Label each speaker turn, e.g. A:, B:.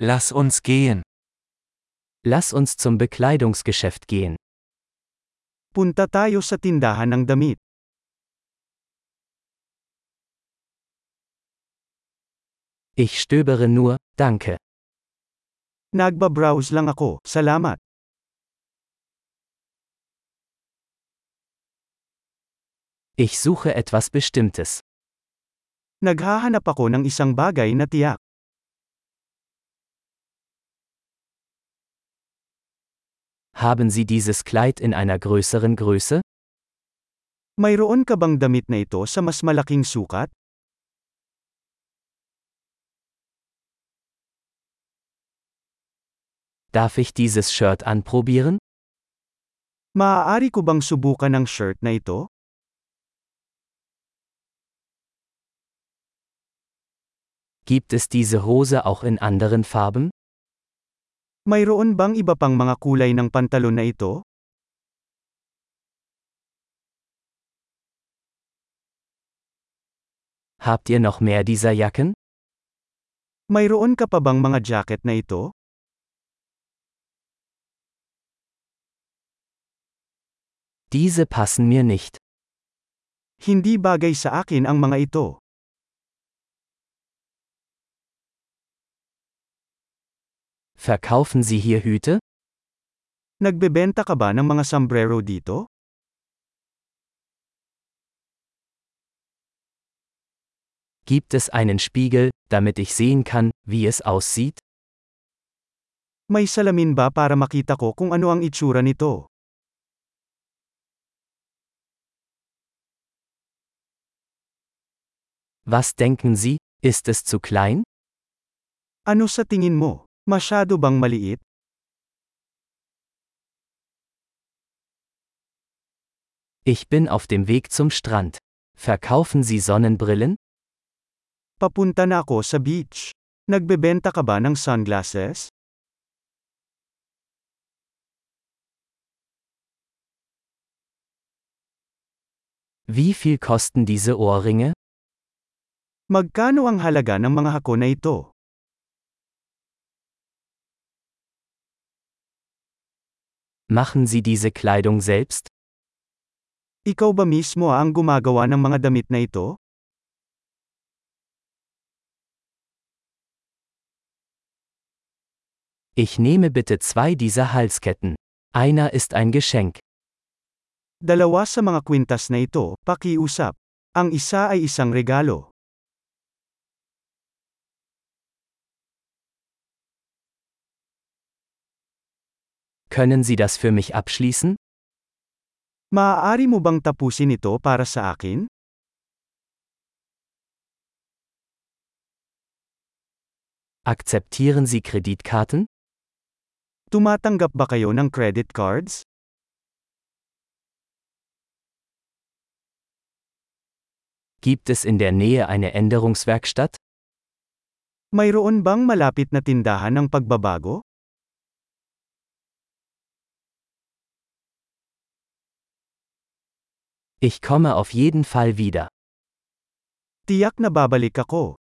A: Lass uns gehen.
B: Lass uns zum Bekleidungsgeschäft gehen.
C: Punta tayo sa tindahan ng damit.
B: Ich stöbere nur, danke.
C: Nagbabrowse lang ako, salamat.
B: Ich suche etwas Bestimmtes.
C: Naghahanap ako ng isang bagay na tiyak.
B: Haben Sie dieses Kleid in einer größeren Größe?
C: Mayroon ka bang damit na ito sa mas malaking sukat?
B: Darf ich dieses Shirt anprobieren?
C: Maaari ko bang subukan ang shirt na ito?
B: Gibt es diese Hose auch in anderen Farben?
C: Mayroon bang iba pang mga kulay ng pantalon na ito?
B: Habt ihr noch mehr dieser Jacken?
C: Mayroon ka pa bang mga jacket na ito?
B: Diese passen mir nicht.
C: Hindi bagay sa akin ang mga ito.
B: Verkaufen Sie hier Hüte?
C: Nagbebenta ka ba ng mga sombrero dito?
B: Gibt es einen Spiegel, damit ich sehen kann, wie es aussieht?
C: May salamin ba para makita ko kung ano ang itsura nito?
B: Was denken Sie, ist es zu klein?
C: Ano sa tingin mo? Masyado bang maliit?
B: Ich bin auf dem Weg zum Strand. Verkaufen Sie Sonnenbrillen?
C: Papunta na ako sa beach. Nagbebenta ka ba ng sunglasses?
B: Wie viel kosten diese Ohrringe?
C: Magkano ang halaga ng mga hako na ito?
B: Machen Sie diese Kleidung selbst?
C: Ikaw ba mismo ang gumagawa ng mga damit na ito?
B: Ich nehme bitte zwei dieser Halsketten. Einer ist ein Geschenk.
C: Dalawa sa mga kwintas na ito, pakiusap. Ang isa ay isang regalo.
B: Können Sie das für mich abschließen?
C: Maaari mo bang tapusin ito para sa akin?
B: Akzeptieren Sie Kreditkarten?
C: Tumatanggap ba kayo ng credit cards?
B: Gibt es in der Nähe eine Änderungswerkstatt?
C: Mayroon bang malapit na tindahan ng pagbabago?
B: Ich komme auf jeden Fall wieder.
C: Tiyak na babalik ako.